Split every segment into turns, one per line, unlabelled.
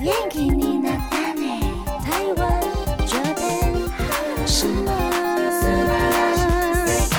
元気になったね台湾这边什么素晴らしい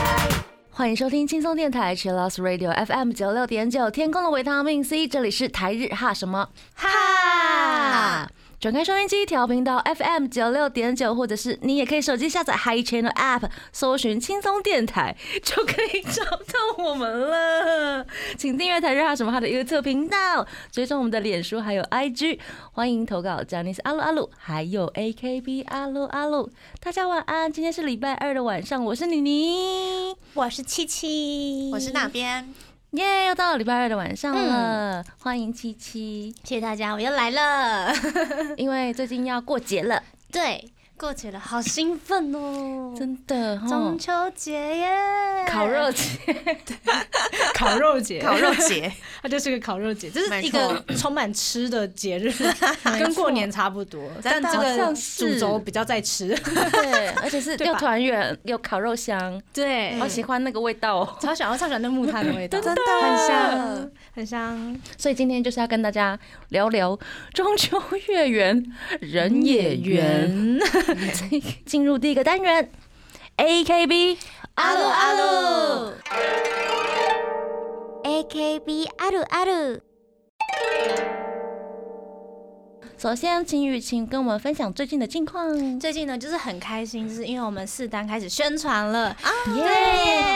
欢迎收听轻松电台 c h i l l o s Radio FM 九六点九，天空的维他命 C，这里是台日哈什么哈。转开收音机，调频道 FM 九六点九，或者是你也可以手机下载 Hi Channel App，搜寻轻松电台就可以找到我们了。请订阅台日哈什么哈的 YouTube 频道，追踪我们的脸书还有 IG，欢迎投稿 j a n i c e 阿鲁阿鲁，还有 AKB 阿鲁阿鲁。大家晚安，今天是礼拜二的晚上，我是妮妮。
我是七七，
我是那边，
耶又到了礼拜二的晚上
嗯
了，欢迎七七，
谢谢大家，我又来了。
因为最近要过节了，
네.
对，过去了，好兴奋哦！
真的哈
中，秋节耶，
烤肉 节，
烤肉节，
烤肉节，
它就是个烤肉节，这是一
没
个充满吃的节 日，跟过年差不多，但这
好像
个
是
主轴比较在吃。
对，而且是
对吧
又团圆又烤肉香，
哎
对
好喜欢那个味道哦。
超喜欢，我超喜欢那木炭的味道，
真的
很香，很香。
所以今天就是要跟大家聊聊中秋月圆人也圆。进入第一个单元，A K B
阿鲁阿鲁，
AKB あるある
首先，请雨晴跟我们分享最近的近况。嗯
最近呢就是很开心，就是因为我们四单开始宣传了啊，
耶
네.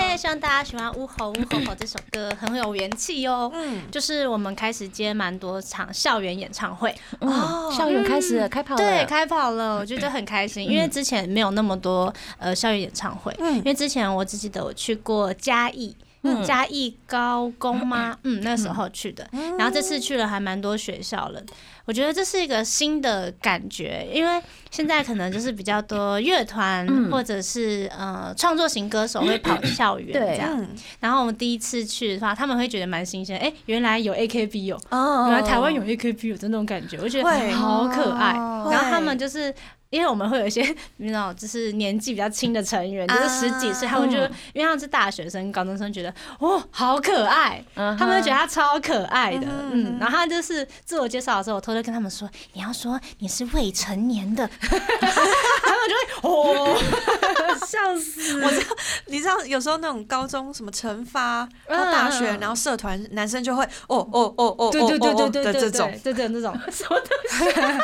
对，希望大家喜欢《呜吼呜吼吼》这首歌，很有元气哟。
嗯，
就是我们开始接蛮多场校园演唱会，
哦，校园开始了开跑了，嗯
对，开跑了，我觉得很开心，因为之前没有那么多呃校园演唱会，
嗯
因为之前我只记得我去过嘉义。
嗯
嘉义高工吗？嗯，那时候去的，
음.
然后这次去了还蛮多学校了。我觉得这是一个新的感觉，因为现在可能就是比较多乐团
嗯
或者是呃创作型歌手会跑校园
对
这样。
嗯
然后我们第一次去的话，他们会觉得蛮新鲜，哎，原来有 AKB 哦，
哦
原来
아,
台湾有 AKB 有这种感觉，我觉
会
得好可爱。
哦
然后他们就是。因为我们会有一些，你知道，就是年纪比较轻的成员，就
啊
是十几岁，他们就
嗯
因为他们是大学生、高中生，觉得哦好可爱，
嗯哼
他们就觉得他超可爱
嗯
的，
哼
嗯。然后他就是自我介绍的时候，我偷偷跟他们说，你要说你是未成年的，
哦，
笑死，
我知道，你知道有时候那种高中什么惩罚，
嗯
然后大学，然后社团男生就会哦哦哦哦哦
对对对
哦
对
哦
对
的
对
这种，
对对这种，
什么东西？
他们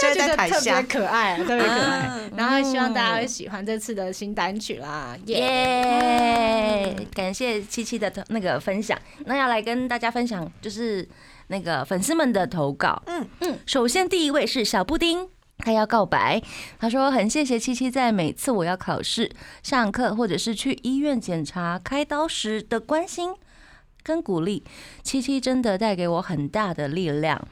就会
就
在
觉得
台
特
下
别可爱，特别可爱。
嗯
然后希望大家会
嗯
喜欢这次的新单曲啦，耶！
耶！感谢七七的投那个分享，那要来跟大家分享就是那个粉丝们的投稿。
嗯
嗯，首先第一位是小布丁。他要告白，他说很谢谢七七在每次我要考试、上课或者是去医院检查、开刀时的关心跟鼓励，七七真的带给我很大的力量。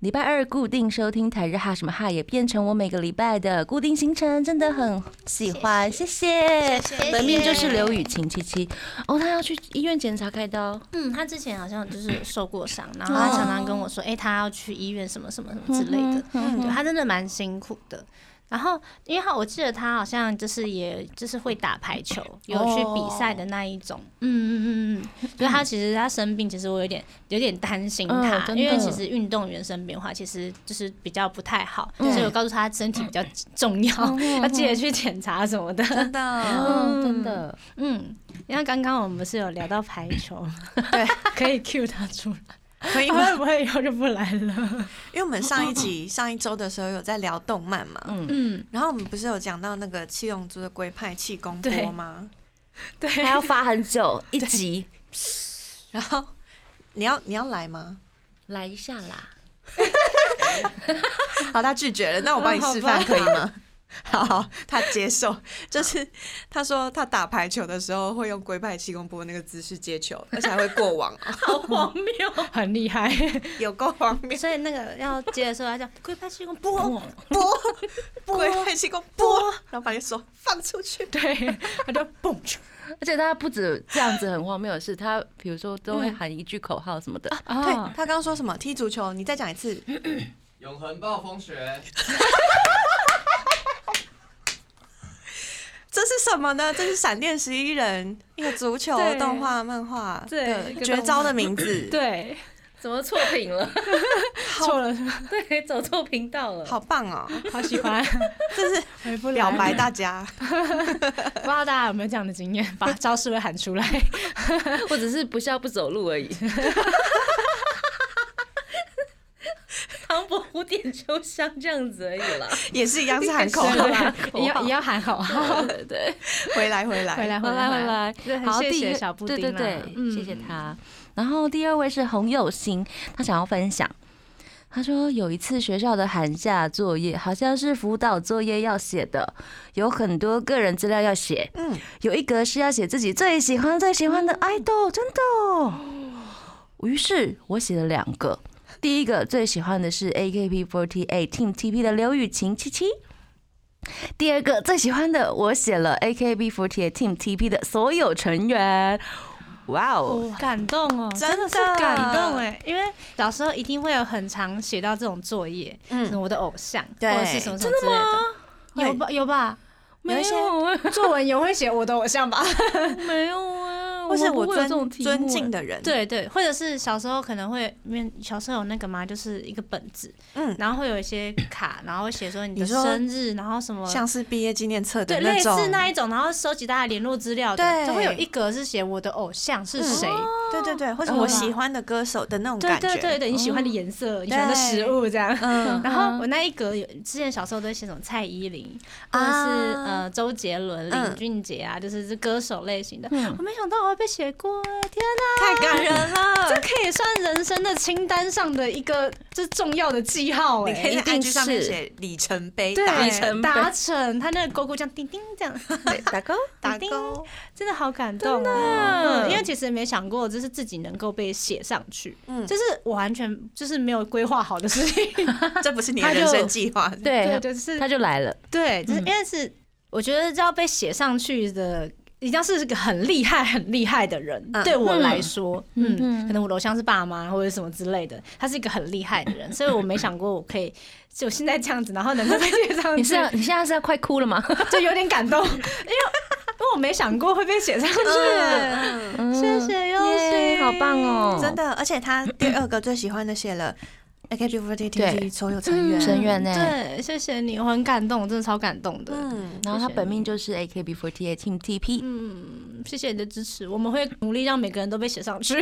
礼拜二固定收听台日哈什么哈，也变成我每个礼拜的固定行程，真的很喜欢，谢谢。
谢
本命就是刘雨晴七七哦，她要去医院检查开刀，
嗯，他之前好像就是受过伤，然
哦
后他常常跟我说，哎、他要去医院什么什么什么之类的，
嗯
对他真的蛮辛苦的。然后，因为他我记得他好像就是也就是会打排球，有去比赛的那一
哦
种，嗯嗯嗯嗯，所以他其实他生病，其实我有点有点担心
嗯
哦
他，
真的
因为其实运动员生病的话，其实就是比较不太好，
嗯
所以我告诉他身体比较重要，
哦
要记得去检查什么的。
真的，
嗯，真的，
嗯，因为刚刚我们不是有聊到排球吗，
对，
可以 cue 他出来，
可以吗？
会不会以后就不来了？
因为我们上一集上一周的时候有在聊动漫嘛，
嗯，
嗯，
然后我们不是有讲到那个七龙珠的龟派气功波
对
吗？
对，
还要发很久一集，
然后你要你要来吗？
来一下啦。
好，他拒绝了。那我帮你示范 可以吗？好好，他接受，就是他说他打排球的时候会用龟派气功波那个姿势接球，而且还会过网，啊
很厉害，
有够荒谬！
所以那个要接的时候， 他叫龟派气功波，
波龟派气功波，然后把你手放出去。
对，他就蹦出
而且他不止这样子很荒谬的是，他比如说都会喊一句口号什么的，
嗯
对
哦
他刚刚说什么踢足球？你再讲一次。
永恒暴风雪，
这是什么呢？这是闪电十一人一个足球
对
动画漫画
对
的
一个
绝招的名字。
对，
怎么错频 了？
错了，
对，走错频道了。
好棒哦！
好喜欢，
这是
回不来
表白，大家，
不知道大家有没有这样的经 验，把招式会喊出来，
我只是不笑不走路而 已。唐伯虎点秋香这样子而已 啦，
也是一样是喊口
对
号，
吧？ 也要也要喊口号，
对对，
回来回来
回来
回来回
回来，
来，
对很
好，
谢
第
谢
一
小布
对对
丁啊
对，
嗯
谢谢他。然后第二位是洪有心，他想要分享。他说有一次学校的寒假作业，好像是辅导作业要写的，有很多个人资料要写，
嗯，
有一格是要写自己最喜欢最喜欢的 idol，真的哦。于是我写了两个，第一个最喜欢的是 AKB48 Team TP 的刘雨晴七七。第二个最喜欢的，我写了 AKB48 Team TP 的所有成员。哇哦，
哦感动哦，
真的是
感动哎、因为小时候一定会有很常写到这种作业，
嗯
嗯，我的偶像
对
或者是什么什么之类的，
会
有吧有吧，
有一些
作文也会写我的偶像吧？
没有啊，
或是
我
我
不会有这
尊
种题
尊
目
敬，的人，，
对
对，或者是小时候可能会，因为小时候有那个嘛，就是一个本子，
嗯，
然后会有一些卡，然后会写说你的
你说
生日，然后什么，
像是毕业纪念册的
对，类
种，
似那一种，然后收集大家联络资料
对
的，就会有一格是写我的偶像是谁，
对对对，或者我喜欢的歌手的那种
哦对
感觉，
对对对，你喜欢的颜色，你喜欢的食物这样。
嗯，
哦 然后我那一格有之前小时候都会写什么蔡依林，或者是
啊
呃周杰伦、
嗯
林俊杰啊，就是这歌手类型的。
嗯
我没想到我会被写过，天
太感人了，
这可以算人生的清单上的一个，这重要的记号
你
哎、
可以
一
在
定
IG 上面
是
写里程碑，
对，
打
达
达成
成
呗
达成，他那个勾勾这样叮叮这样，
对打勾。
打
钉
勾，
真的好感动、哦，嗯因为其实没想过，就是自己能够被写上去，
嗯
这是我完全就是没有规划好的事情，
这不是你
他
的人
就
生计划，
对，
就是
他就来了，
对，就是因为是、我觉得要被写上去的，一定要是个很厉害、很厉害的人。
嗯
对我来说，嗯，
嗯
可能我的偶像是爸妈或者什么之类的，他是一个很厉害的 人，所以我没想过我可以就现在这样子，然后能够被写上
你
去
是，要你现在是要快哭了吗？
啊 就有点感动， 因为因为我没想过会被写上去。
嗯，
谢谢优
耶
心，
好棒哦，
真的，而且他第二个最喜欢的写 了 AKB48
对
所有成员，
成员呢？
对，谢谢你，我很感动，我真的超感动的。
嗯，
然后他本命就是 AKB48 Team TP，
谢谢你的支持，我们会努力让每个人都被写上去。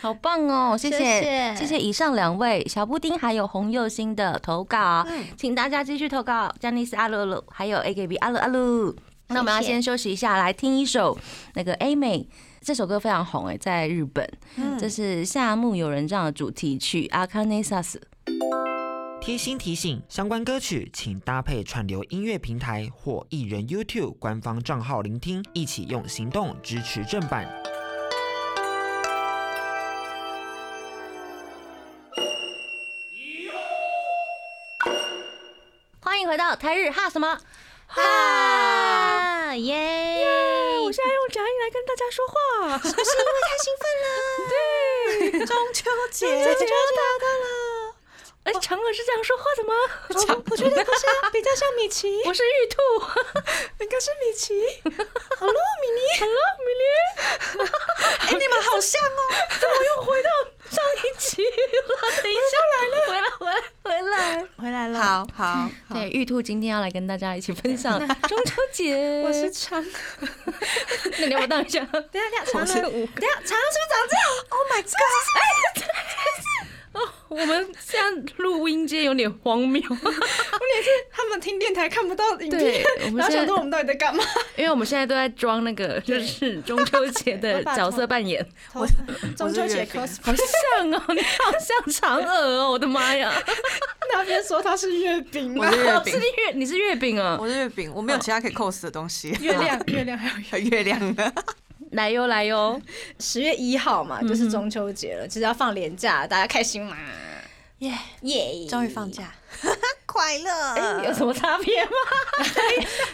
好棒哦！谢谢
谢谢
谢谢以上两位小布丁还有洪佑星的投稿
嗯，
请大家继续投稿。詹妮斯阿鲁鲁还有 AKB 阿鲁阿鲁，那我们要
谢谢
先休息一下，来听一首那个 A 美这首歌非常红诶，在日本，
嗯
这是夏目友人帐的主题曲《阿卡内萨斯》。
贴心提醒：相关歌曲请搭配串流音乐平台或艺人 YouTube 官方账号聆听，一起用行动支持正版。
欢迎回到台日哈什么？
啊，耶！
我现在用假音来跟大家说话，是不是因为太兴奋了？ 对，
中秋 节，
哎，嫦娥是这样说话的吗？
我觉得不是
啊
比较像米奇，
我是玉兔。
应该是米 奇。Hello，米妮。Hello，米妮。哎、你们好像哦。怎么又回到上一集了？等一下来了，回来，回来，回来。
回来了，好好，好
对，玉兔今天要来跟大家一起分享中秋节。
我是嫦，
那你要不要当一下？
等一下，等一下，嫦娥，等一下，嫦娥是不是长这样？Oh my god！
我们现在录音间有点荒谬，
我每次他们听电台看不到影
对
片，
我们
然后
现在
想说我们到底在干嘛？
因为我们现在都在装那个就是中秋节 的角色扮演，
我中秋节 cos
好像哦，你 好像嫦娥哦，我的妈呀！哦
那边说他是月饼吗
我？是月
是
饼，
月，你是月饼哦，
我是月饼，我没有其他可以 cos 的东西，
月亮，月亮还有月
和月亮了，
来哟来哟，
十月一号嘛，就是中秋节了，就是要放年假，大家开心嘛？
耶，
耶！
终于放假， 快乐，
有什么差别 吗？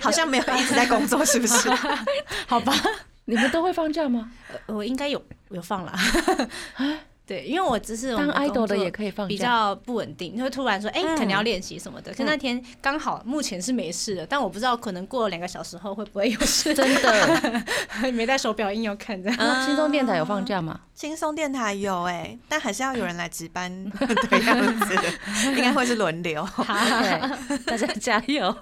好像没有一直在工作，是不 是？
好吧，
你们都会放假吗？
我应该有有放了，对，因为我只是我
啊当
们
idol 的
工作
也可以放嗯
比
假，
较不稳定，就会突然说，哎、可能要练习什么
嗯
的。可那天刚好目前是没事的，但我不知道可能过了两个小时后会不会有 事。
真的。 啊
没带手表，硬要看这样。
那轻松电台有放假吗？
轻松电台有哎、但还是要有人来值 班的样子，应该会是轮流。
对，大家加油！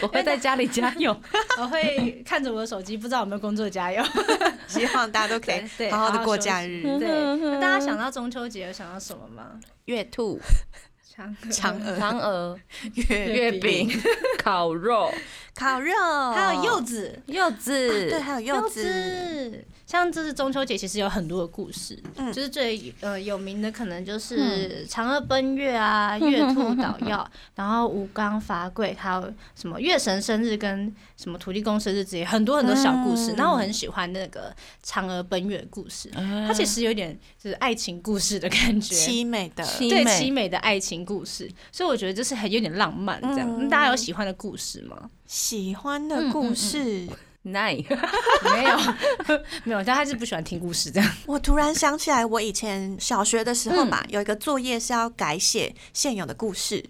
我会在家里加 油。
我会看着我的手机，不知道有没有工作加油。
希望大家都可以
对
好好嗯的过假
好
日
嗯
好休。息对，那大家想到中秋节有想到什么吗？
月兔，
嫦娥
嫦娥
嫦娥、
月
月饼、 烤肉、 啊
烤肉，
哦
还有柚子，
柚子，
对，还有柚
柚
子，
子。像这次中秋节，其实有很多的故事，
嗯
就是最呃有名的可能就是嫦娥奔月啊、月兔捣药，然后吴刚伐桂，还有什么月神生日跟什么土地公生日之类，很多很多小故事。然后我很喜欢那个嫦娥奔月的故事，
啊
它其实有点就是爱情故事的感觉，
凄美的。
对凄美的爱情故事，所以我觉得就是很有点浪漫这样。
嗯
大家有喜欢的故事 吗？
喜欢的故
嗯
事，
奈，
没有， 没有，但他是不喜欢听故事这样。
我突然想起来，我以前小学的时候
嗯
吧，有一个作业是要改写现有的故事，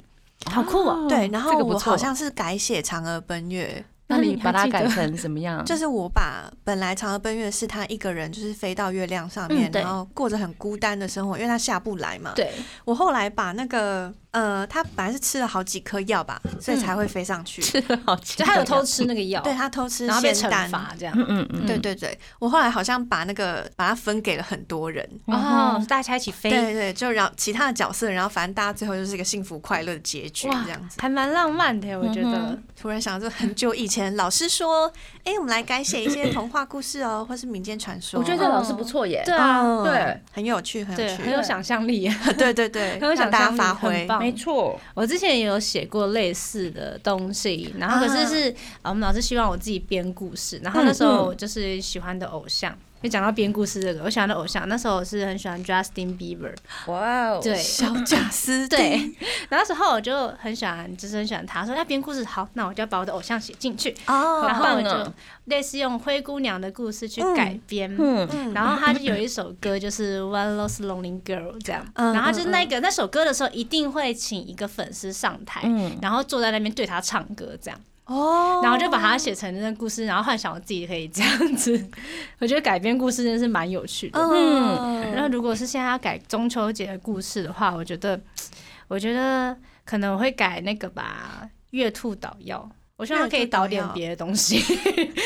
好酷
啊
哦！
对，然后
这个不
我
错
好像是改写《嫦娥奔月
那
那
你
你
把
还
它
记
改
得
成什么样？》，
就是我把本来《嫦娥奔月》是她一个人，就是飞到月亮上面，
嗯对
然后过着很孤单的生活，因为她下不来嘛。
对，
我后来把那个呃，她本来是吃了好几颗药吧，
嗯
所以才会飞上去。
好，
就他有偷吃那个药，
对，她偷吃
然后被
仙
惩
丹，
罚这样。
嗯嗯嗯，
对对对，我后来好像把那个把它分给了很多人，
哦，大家一起飞，
对对，就让其他的角色，然后反正大家最后就是一个幸福快乐的结局
哇
这样子。
还蛮浪漫的，我觉得。
突然想到，这很久以前老师说，哎、我们来改写一些童话故事哦，或是民间传说。
我哦觉得这老师不错耶。
对啊，
嗯
对
很有趣，很
对，
有
很
趣，
有想象力，
对对对，
很有
让
想
大
象
家
力，
发挥
很。棒。
错，
我之前也有写过类似的东西，然后可
啊
是是、呃我们老师希望我自己编故事，然
嗯
后那时候我就是喜欢的偶像。就讲到编故事这个，我喜欢的偶像，那时候我是很喜欢 Justin Bieber，
哇哦，
对
小贾斯汀
对，然 后那时候我就很喜欢，就是很喜欢他，说哎要编故事，好，那我就要把我的偶像写进去，
哦，
然后我
好棒哦
就类似用灰姑娘的故事去改编，
嗯，
嗯
然后他就有一首歌就是 One Lost Lonely Girl 这样，
嗯
然后就是那个那首歌的时候，一定会请一个粉丝上台，
嗯
然后坐在那边对他唱歌这样，
哦，
然后就把它写成那个故事，然后幻想我自己可以这样子，我觉得改编故事真的是蛮有趣的。
嗯，
然后如果是现在要改中秋节的故事的话，我觉得，我觉得可能我会改那个吧，月兔捣药。我希望它可以捣点别的东西，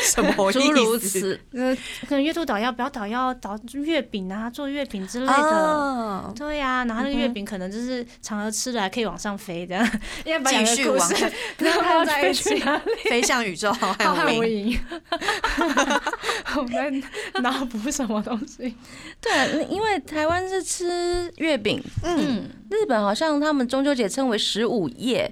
什么
诸如
意思
此，
呃，可能月兔捣药，不要捣药，捣月饼啊，做月饼之类的。
哦，
对呀、然后那个月饼可能就是嫦娥吃了还可以往上飞的， 应该把两
继
个
续
故
往
事
下
然后放在 一起，
飞向宇宙，好
浩瀚
有
无
名。
垠。 我们脑补什么东西？
对，因为台湾是吃月饼，
嗯，
日本好像他们中秋节称为十五夜，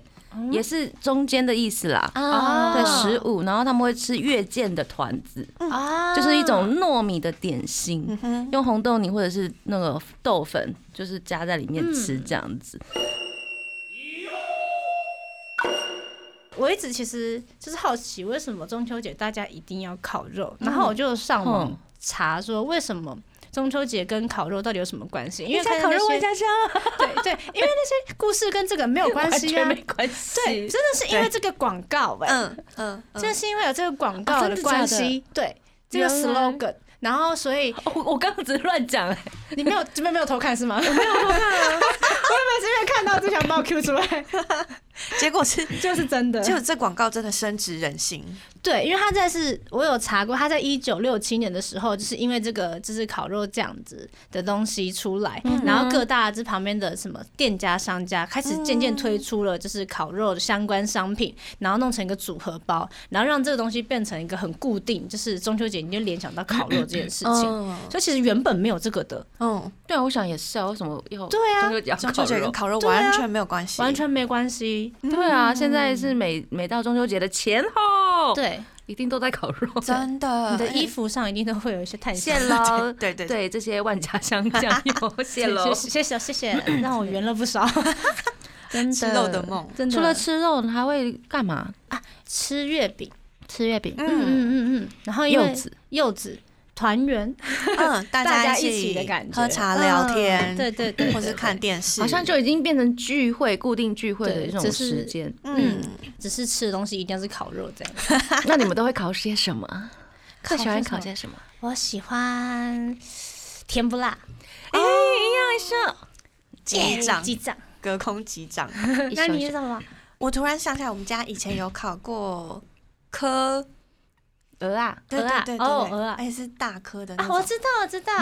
也是中间的意思啦。
啊
对，十五，然后他们会吃月见的团子，
嗯
啊
就是一种糯米的点心，
哼
用红豆泥或者是那个豆粉，就是加在里面吃这样子。
我一直其实就是好奇，为什么中秋节大家一定要烤肉？然后我就上网
嗯
查说为什么。中秋节跟烤肉到底有什么关系？因为看
烤肉
那
万
些
家啊香，
对对，因为那些故事跟这个没有关
完
系
全
啊
没。关系。
对，真的是因为这个广告哎、
嗯嗯，嗯
真的是因为有这个广
哦
告
真的假
关
的
系，对这个
原来
slogan，然后 所以
哦，我刚刚只是乱讲哎，
你没有这边没有偷看是吗？我没有偷看啊， 我有没有这边看到就想把我 Q 出来？
结果 是，
就是真的，
结果这广告真的深植人心。
对，因为他在是，我有查过，他在一九六七年的时候，就是因为这个就是烤肉这样子的东西出来，然后各大这旁边的什么店家商家开始渐渐推出了就是烤肉的相关商品，然后弄成一个组合包，然后让这个东西变成一个很固定，就是中秋节你就联想到烤肉这件事情，
嗯
所以其实原本没有这个的，
嗯，
对啊，我想也是啊，为什么要
对啊
中秋节要
中
烤
秋节跟
肉？
烤肉完全没有关系，
完全没关系，
对啊，现在是每每到中秋节的前后，，
对，
一定都在烤肉。
真的。哎
你的衣服上一定都会有一些碳
谢
水。
喽，
对对对
对，这些万家 香酱油，谢喽
谢。谢谢 谢谢，让我圆了不少。
真的
吃肉的梦
真的。除了吃肉，你还会干嘛？
吃月饼，吃月饼，嗯
嗯
嗯嗯嗯，然后因为
柚子，
柚子，团圆，
嗯，大
大家
家
一起的感觉
喝茶聊
嗯
天，
对对对，
或是
对
看，电视，
好像就已经变成聚会、固定聚会的
对
这种
只是
时间。
嗯，
对只是吃的东西一定要是烤肉这样。
那你们都会烤些什么啊？最喜欢烤
烤
些
些
什么？
我喜欢甜不辣，
哎，一样
击掌
哎鸡掌。
隔空击掌。
是。
那你
一
是
首
什么？
我突然想起来，我们家以前有考过科，
鹅啊，
对
鹅啊
对对对
啊哦
对
鹅啊
而且是大科的那
啊，
种
我知道，我 知道，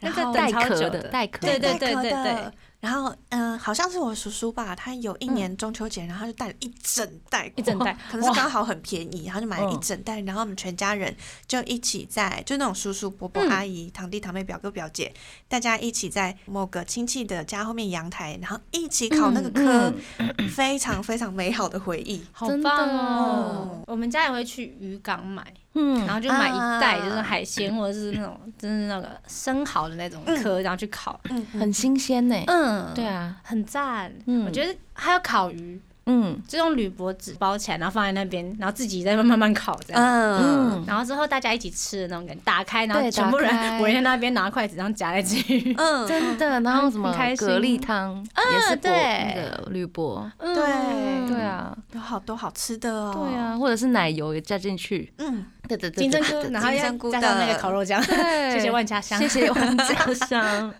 那
然后
个
带
等超
壳
久
的，带壳
对
的。
对
带壳的
对。
然后，嗯、好像是我叔叔吧，他有一年中秋节，然后他就带了一整袋，
嗯一整袋
可能是刚好很便宜，然后就买了一
嗯
整袋。然后我们全家人就一起在，就那种叔叔、伯伯、
嗯
阿姨、堂弟、堂妹、表哥、表姐，大家一起在某个亲戚的家后面阳台，然后一起烤那个
嗯
嗯
科，非常非常美好的回忆。
好
真的
棒哦！我们家也会去渔港买，然
嗯，
后就买一袋，
啊
就是海鲜或者是那种，就是那个生蚝的那种壳，然后去烤。
嗯，
很新鲜呢。
嗯，
对，啊，
很赞。
嗯
我觉得还有烤鱼，
嗯
就用铝箔纸包起来，然后放在那边，然后自己在慢慢慢烤这样。
嗯，
嗯，
然后之后大家一起吃的那种感觉，打开然
对
后全部
打开
人围在那边拿筷子，然后夹在自己。
嗯，
真的。然后什么
很开心
蛤蜊汤也是薄
对
那个铝箔。
嗯
对
嗯对，啊，
有好多好吃的哦。
对，啊，或者是奶油也加进去。
嗯，
对对对
金针菇，然后
金
要
针菇
加上那
的
个烤肉酱。
对，
谢谢万家香
谢谢万家 香。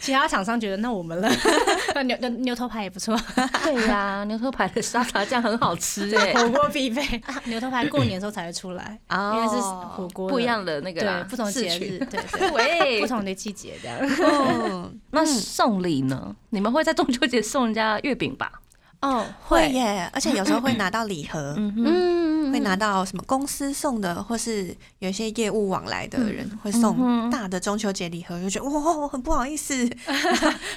其他厂商觉得那我们了，牛牛牛头牌也不错，
对呀、
啊
牛头牌的沙茶酱很好吃哎、
火锅必备。啊牛头牌过年的时候才会出来，因为是火
哦，
锅
不一
的
样的那个啦
对不同的
市
节
区
日，对 对
喂
不同的季节这样。
嗯
那送礼呢？你们会在中秋节送人家月饼吧？
哦，
会，耶，而且有时候会拿到礼盒，
嗯
会拿到什么公司送的，或是有一些业务往来的人会
嗯哼
送大的中秋节礼盒，就觉得哇，我很不好意思。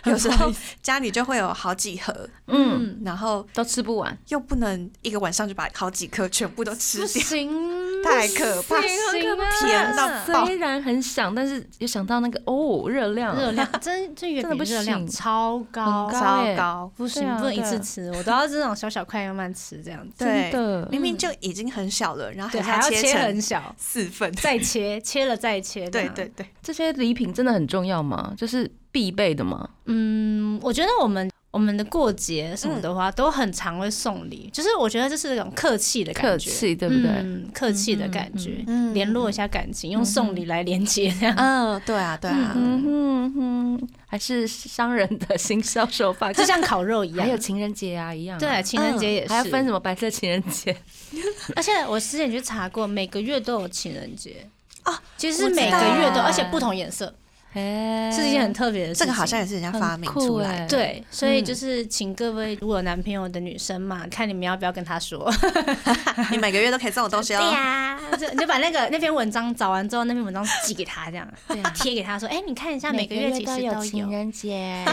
有时候家里就会有好几盒，
嗯，
然后
都吃不完。
又不能一个晚上就把好几颗全部都吃
不
掉，
行，
太可怕
不，行啊，
甜到爆
虽然很想，但是也想到那个哦，热量
热量真这月
真的
饼
不
热量
行
超高，
很高耶
超高，不行
对啊，
不能一
对
次
啊
吃，我都要这种小小块慢慢吃这样子。
对，
真的。
明明就已经很小了，然后
对，还要
切
切
成
很小，
四份，
再切，切了再切。这
对
样
对对，
这些礼品真的很重要吗？就是必备的吗？
嗯，我觉得我们我们的过节什么的话，都很常会送礼，就是我觉得这是一种客气的感觉，
客气对不对
嗯，客气的感觉，
嗯
联络一下感情，用送礼来连接这样。
嗯，对啊对啊，
嗯哼哼，还是商人的新销售法，
就像烤肉一样
还有，情人节啊一样啊。
对，情人节也是。
还要分什么白色情人 节？
而且我之前去查过，每个月都有情人节
哦，
其实是
我知
每个
道嗯
月都，
啊
而且不同颜色，
哎，
是一件很特别的事
这
情。
个好像嗯也是人家发明
很酷
出来
欸
的。
对，所以就是请各位如果有男朋友的女生嘛，看你们要不要跟他说。
你每个月都可以送我东西哦。
对呀、 就你就把那个那篇文章找完之后，那篇文章寄给他，这样
对啊
贴给他说，哎、你看一下，每个
月
其实
有
都
情
有。
人 节，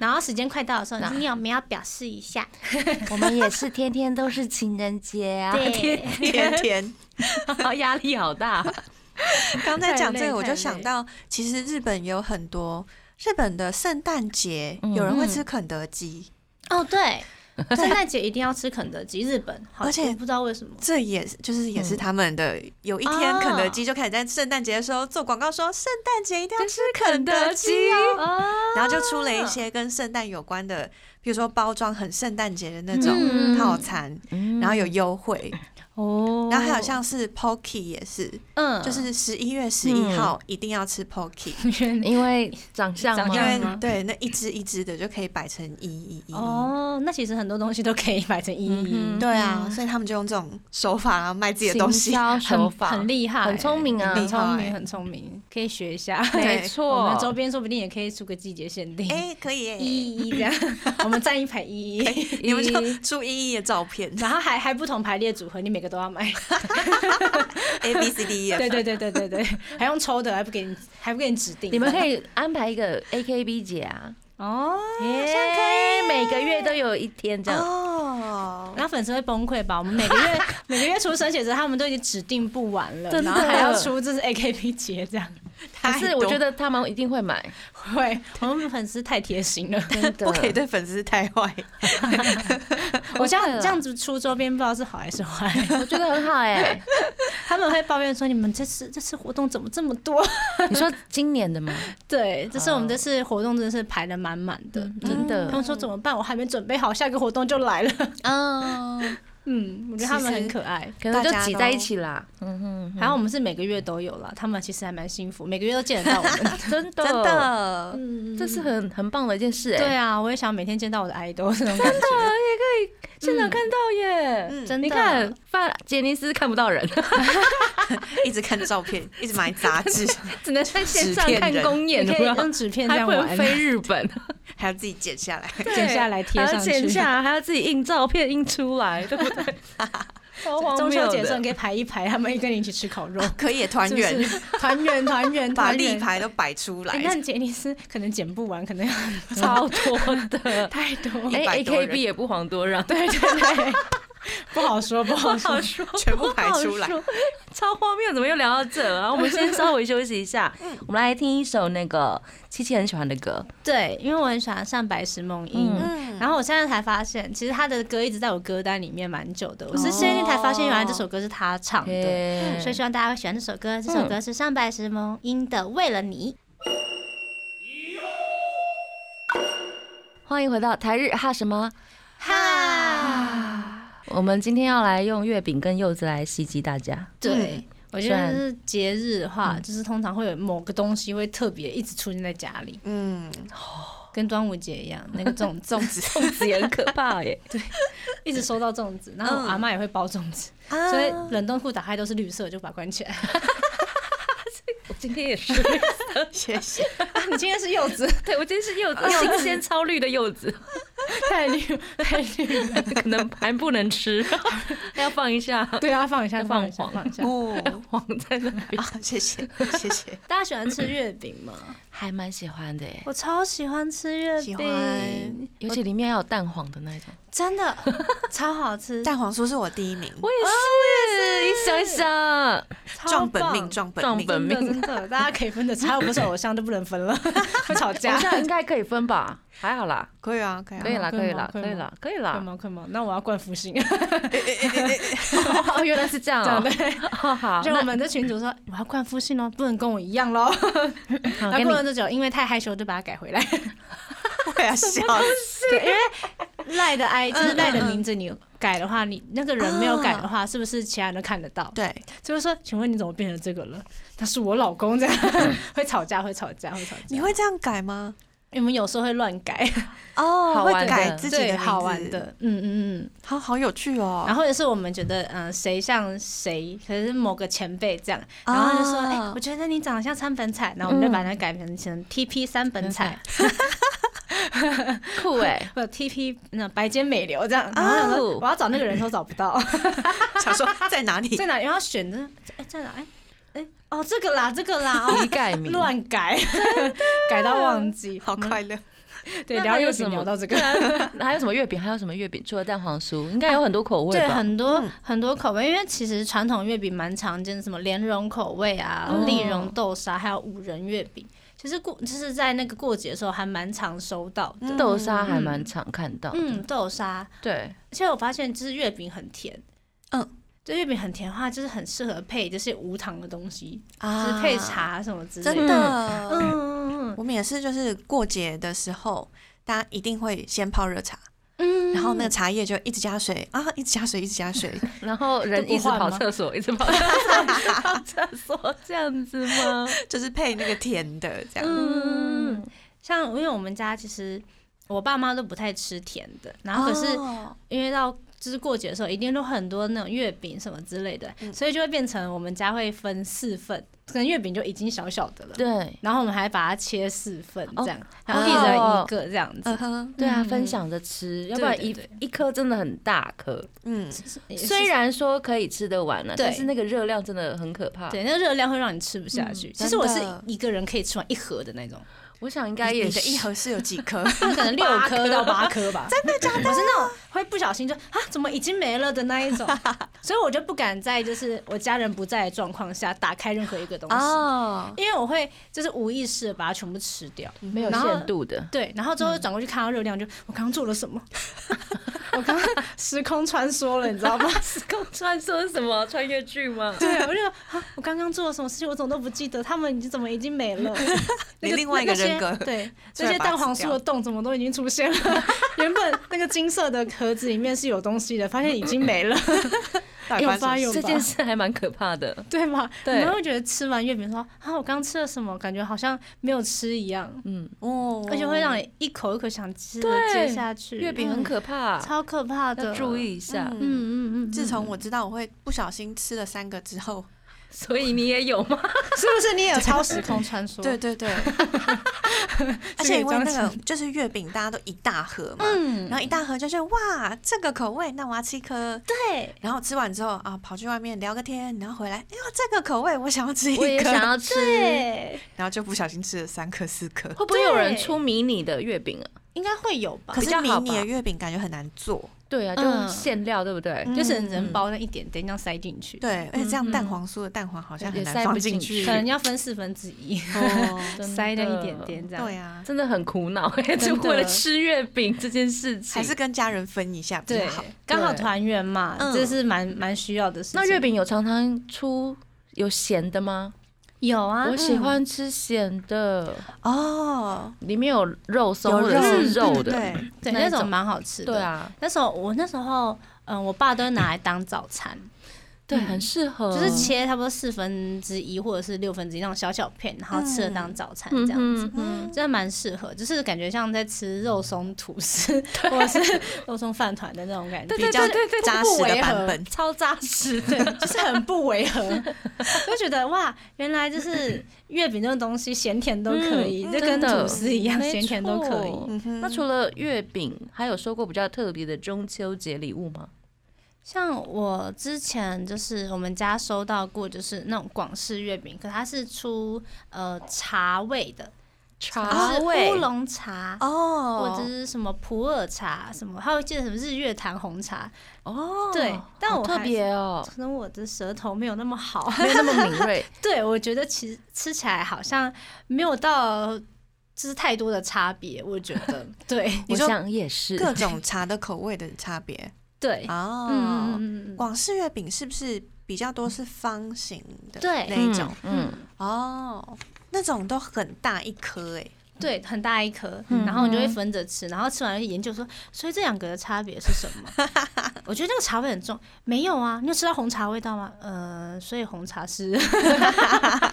然后时间快到的时候，
那
你有没有要表示一下？
我们也是天天都是情人节啊，
对，
甜甜，
压力好大。
刚才讲这
太累
个，我就想到，其实日本有很多日本的圣诞节，
嗯
有人会吃肯德基，
哦，对，圣诞节一定要吃肯德基，日本，好
而且
我不知道为什么。
这也是就是也是他们的。有一天，
哦
肯德基就开始在圣诞节的时候做广告，说圣诞节一定要吃肯德基哦，
啊
哦，
然后就出了一些跟圣诞有关的，比如说包装很圣诞节的那种
嗯
套餐，
嗯
然后有优惠，
哦
然后还有像是 Pocky 也是，
嗯
就是十一月十一号一定要吃 Pocky。
因为长相吗
因
长相
为
吗
对那一只一只的就可以摆成一一一。
哦，那其实很多东西都可以摆成一
嗯
一一，
对啊，所以他们就用这种手法啊卖自己的东西
行。销手
很
法
很厉害，
很聪明啊
很聪
厉害
明，很聪明，可以学一下。
没
我
错
们。周边说不定也可以出个季节限定。
哎，可以耶！
一一这 样，我们站一排一一，
你们就出一一的照片
然后还还不同排列组合，你每个都要买。
，A B C D E
对
F。
对对对对对，还用抽的，还不给你，还不给你指 定。
你们可以安排一个 A K B 节啊，
哦，
耶，可以每个月都有一天这样。
哦，
然后粉丝会崩溃吧？我们每个月每个月出生写真，他们都已经指定不完了，
真的
然后还要出这是 AKB 节这样，
可
太
是
多
我觉得他们一定会买，
会，我们粉丝太贴心了。
真的
不可以对粉丝太 坏。
我这样
会了
这样子出周边，不知道是好还是坏。
我觉得很好哎。
他们会抱怨说：“你们这次这次活动怎么这么多
你说今年的吗？？”
对，这是我们这次活动真的是排的满满的。
真
嗯他
的，
们说怎么办？我还没准备好，下个活动就来了。
嗯，
嗯，我觉得他们很可爱。
可能就
大家
挤在一起 啦。嗯哼
还有我们是每个月都有了，他们其实还蛮幸福，每个月都见得到我们。
哼，真的，
真，
嗯
的，
这是很很棒的一件事哎。
对啊，我也想每天见到我的 idol 这种感觉。
现场看到耶，
嗯
真的
你看发杰尼斯看不到 人，
一直看照 片，一直买杂志，
只能在线上
纸片
看
人
公演，
你
有
可以
没有
用纸片这
还
样
不能
玩，
飞日本，
还要自己剪下来。
剪下来贴
还
上
要
去。
剪下来，还要自己印照片印出来，对 不对？超荒
中
谬
秋节的时候
的
你可以排一排，他们跟你一起吃烤肉，
可以团
是 不
圆，
是啊团圆团 圆
把
团
立
圆。
牌都摆出来
哎，，那杰尼斯可能剪不完，可能 要。
超多的
太多，
哎
100多人
，AKB 也不遑多让，
对对对，不好 说，不 好说。
说，
全部排出来
不好说，超荒谬，怎么又聊到这了？然后我们先稍微休息一 下，我们来听一首那个七七很喜欢的歌，
对，因为我很喜欢上白石梦音。
嗯，
然后我现在才发现，其实他的歌一直在我歌单里面蛮久的。我是最近才发现，原来这首歌是他唱的，
嘿
所以希望大家会喜欢这首歌。这首歌是上白石梦音的《为了你》。
欢迎回到台日哈什么。
哈，
我们今天要来用月饼跟柚子来袭击大 家，
对。嗯我觉
虽
得
然
就是节日的话，就是通常会有某个东西会特别一直出现在家里，
嗯，
跟端午节一样， 那个粽子
粽子，
粽子也很可怕 耶。
一直收到粽子，然后我阿妈也会包粽子，所以冷冻库打开都是绿色，就把它关起 来。
我今天也是，
谢谢。
啊你今天是柚子，
对我今天是柚 子，新鲜超绿的柚子，
太绿太绿 了，
可能还不能 吃，要放一下
对啊，放一下，放一下，
放黄
放一下。
哦，
黄在那边，
啊，谢谢， 谢谢，
大家喜欢吃月饼吗？
还蛮喜欢的耶，
我超喜欢吃月
喜
饼，
欢。
尤其里面要有蛋黄的那一种。
真的超好吃，
蛋黄酥是我第一名，
我也是，你想一想，
超
撞本命，
棒
撞本
撞
命，
本
真的
命
真的，大家可以分得出来，我不是偶像就不能 分了，会吵
我
架。
这样应该可以分吧？还好啦，
可以啊，可以啊
可以啦，
可
可
以
以
吗
啦，可以啦，可以
啊
快
啦。
吗？快吗？那我要冠福星，
哦，原来是这样
这样
哦
对。
好好，
就我
那
们的群主说我要冠夫姓哦，不能跟我一样
嗯
喽。
好给
那
你
过了多久，因为太害羞就把它改回来。
我要笑死。
赖
嗯
的 I 就是赖的名字，你改的话，你那个人没有改的
啊
话，是不是其他人都看得到？
对，
就是说，请问你怎么变成这个了？他是我老公，这样 会吵架，会吵架，会吵架。
你会这样改吗？
你们有时候会乱改，
哦
好
会
玩的
改自己的
对，
名字
好玩，的，嗯嗯嗯。
好好有趣哦。
然后也是我们觉得，嗯、谁像谁，可是某个前辈这样，然后就说，哎、
哦
我觉得你长得像三本彩，然后我
嗯
们就把它改成成 TP 三本彩，
酷 哎，
或者 TP 那白间美流这样。然后想说
哦
我要找那个人都找不到，
想说在哪里？
在哪？然后选的，哎，在哪？哎哎，哦，这个啦，这个 啦，哦
一改名，
乱改，改到忘记，
好快乐，
对，
那
聊
还
又
有
只
什么啊
聊到这个。
还有什么月饼？还有什么月饼？除了蛋黄酥，应该有很多口味
对，
吧？
很多、
嗯
很多口味，因为其实传统月饼蛮常见的，什么莲蓉口味啊、
哦
丽蓉豆沙，还有五仁月饼。其实过就是在那个过节的时候，还蛮常收到的。
豆沙还蛮常看到。
嗯，豆沙，
对，
而且我发现就是月饼很甜。
嗯，
这月饼很甜的话，就是很适合配这些无糖的东西，就
啊
是配，茶什么之类
真
的。
的，
嗯嗯嗯
我们也是，就是过节的时候，大家一定会先泡热茶，
嗯，
然后那个茶叶就一直加水啊，一直加水，一直加水，
然后
都
人
嗯不
一直
换
跑
吗
厕所，一直跑 跑厕所，这样子吗？
就是配那个甜的这样。
嗯，像因为我们家其实我爸妈都不太吃甜的，然后可是
哦
因为到就是过节的时候，一定都很多那种月饼什么之类的，所以就会变成我们家会分四份，可能月饼就已经小小的了，
对，
然后我们还把它切四份这样，然后
好
一人
好
一
哦
个这样子
嗯。哼，
对啊，
嗯
分享着吃，要不然一
对对
一颗真的很大颗，
嗯，
也是
虽然说可以吃得完了，
对
但是那个热量真的很可怕。
嗯对，那热量会让你吃不下去。其实我是
真的
一个人可以吃完一盒的那种，
我想应该
你
也
的
是
一盒是有几颗？
它可能六颗到八颗吧，真的假的？我是那种会不小心就啊，怎么已经没了的那 一种，所以我就不敢在就是我家人不在的状况下打开任何一个东 西，
哦，
因为我会就是无意识的把它全部吃掉。
没有
然后
限度的，
对，然后之后转过去看到热量就，我刚刚做了什么？ 我刚刚时空穿梭了，你知道吗？时空
穿梭什么穿越剧吗？
对，我就啊，我刚刚做了什么事情，我怎么都不记得，他们已经怎么已经 没了？那
你另外一个人格
那些对，
出
这
来
些
把它
蛋黄
吃
酥
掉
的洞怎么都已经出现了？原本那个金色的盒子里面是有东西的，发现已经 没了，
到底
有
发生
发
什么
哎有
事
这件事还蛮可怕的。
对吗？
对
你们会觉得吃完月饼说啊，我刚吃了什么，感觉好像没有吃一样，
嗯，
哦
而且会让你一口一口想吃的
对
接下去，
月饼很可怕
嗯、，超可怕的，
要注。意一下。
嗯嗯嗯，
自从我知道我会不小心吃了三个之后，
所以你也有吗？
是不是你也有超时空穿梭？
对，对 对，而且因为那个就是月饼，大家都一大盒嘛，
嗯，
然后一大盒就是哇，这个口味，那我要吃一颗。
对，
然后吃完之后啊，跑去外面聊个天，然后回来，哎呦，这个口味我想要吃一
我也
颗，
想要吃，
嗯
对，
然后就不小心吃了三颗四颗。
会不会有人
对
出迷你的月饼啊？
应该会有吧
可？
比
是
较
迷
好
你
吧
的月饼感觉很难做，
对啊，就是
嗯
馅料，对不对？
就是只能包那一点点，这样塞进去。，
对，而且这样蛋黄酥的蛋黄好像
也
很难
塞不
放
进
去。
可能要分四分之一，
哦，
真的
塞那一点点这样。
对啊，
真的很苦 恼哎、
真
就
的
为了吃月饼这件事情。
还是跟家人分一下比较
对
好。，
刚好团圆嘛，
嗯
这是蛮蛮需要的事情。
那月饼有常常出有咸的吗？
有啊，
我喜欢吃咸的，
哦，
里面有肉松
有
或者是
肉
肉
对
的。
对对
嗯对
那一
那
种
种蛮好吃的。
对，啊，
那时候我那时候，嗯，我爸都会拿来当早餐，
对，很适合，
就是切差不多四分之一或者是六分之一那种小小片，然后吃了当早餐
嗯
这样子。
哼
嗯，
真的蛮适合，就是感觉像在吃肉松吐司或者是肉松饭团的那种感觉，
比较扎实的版本。
超扎实的，就是很不违和，就觉得哇，原来就是月饼这种东西，咸甜都可以，
嗯
就
真
跟
的
吐司一样，
没
咸甜都可
错
以。
嗯哼
那除了月饼，还有收过比较特别的中秋节礼物吗？
像我之前就是我们家收到过，就是那种广式月饼，可它是出呃茶味的，
茶啊
就是
味
乌龙茶。
哦，
或者是什么普洱茶什么，还有记得什么日月潭红茶，
哦，
对但
好
我
特
还
别哦，
可能我的舌头没有那么 好，
没有那么敏 锐，
对，我觉得其实吃起来好像没有到就是太多的差别，我觉得对
我
你说
想也是，
各种茶的口味的差别
对，嗯嗯
哦。
嗯嗯嗯，
广式月饼是不是比较多是方形的
对
那一种？
嗯，
哦，那种都很大一颗哎，
对，很大一颗，然后你就会分着吃，然后吃完就研究说，所以这两个的差别是什么？ 我觉得那个茶味很重，没有啊，你有吃到红茶味道吗？呃，所以红茶是，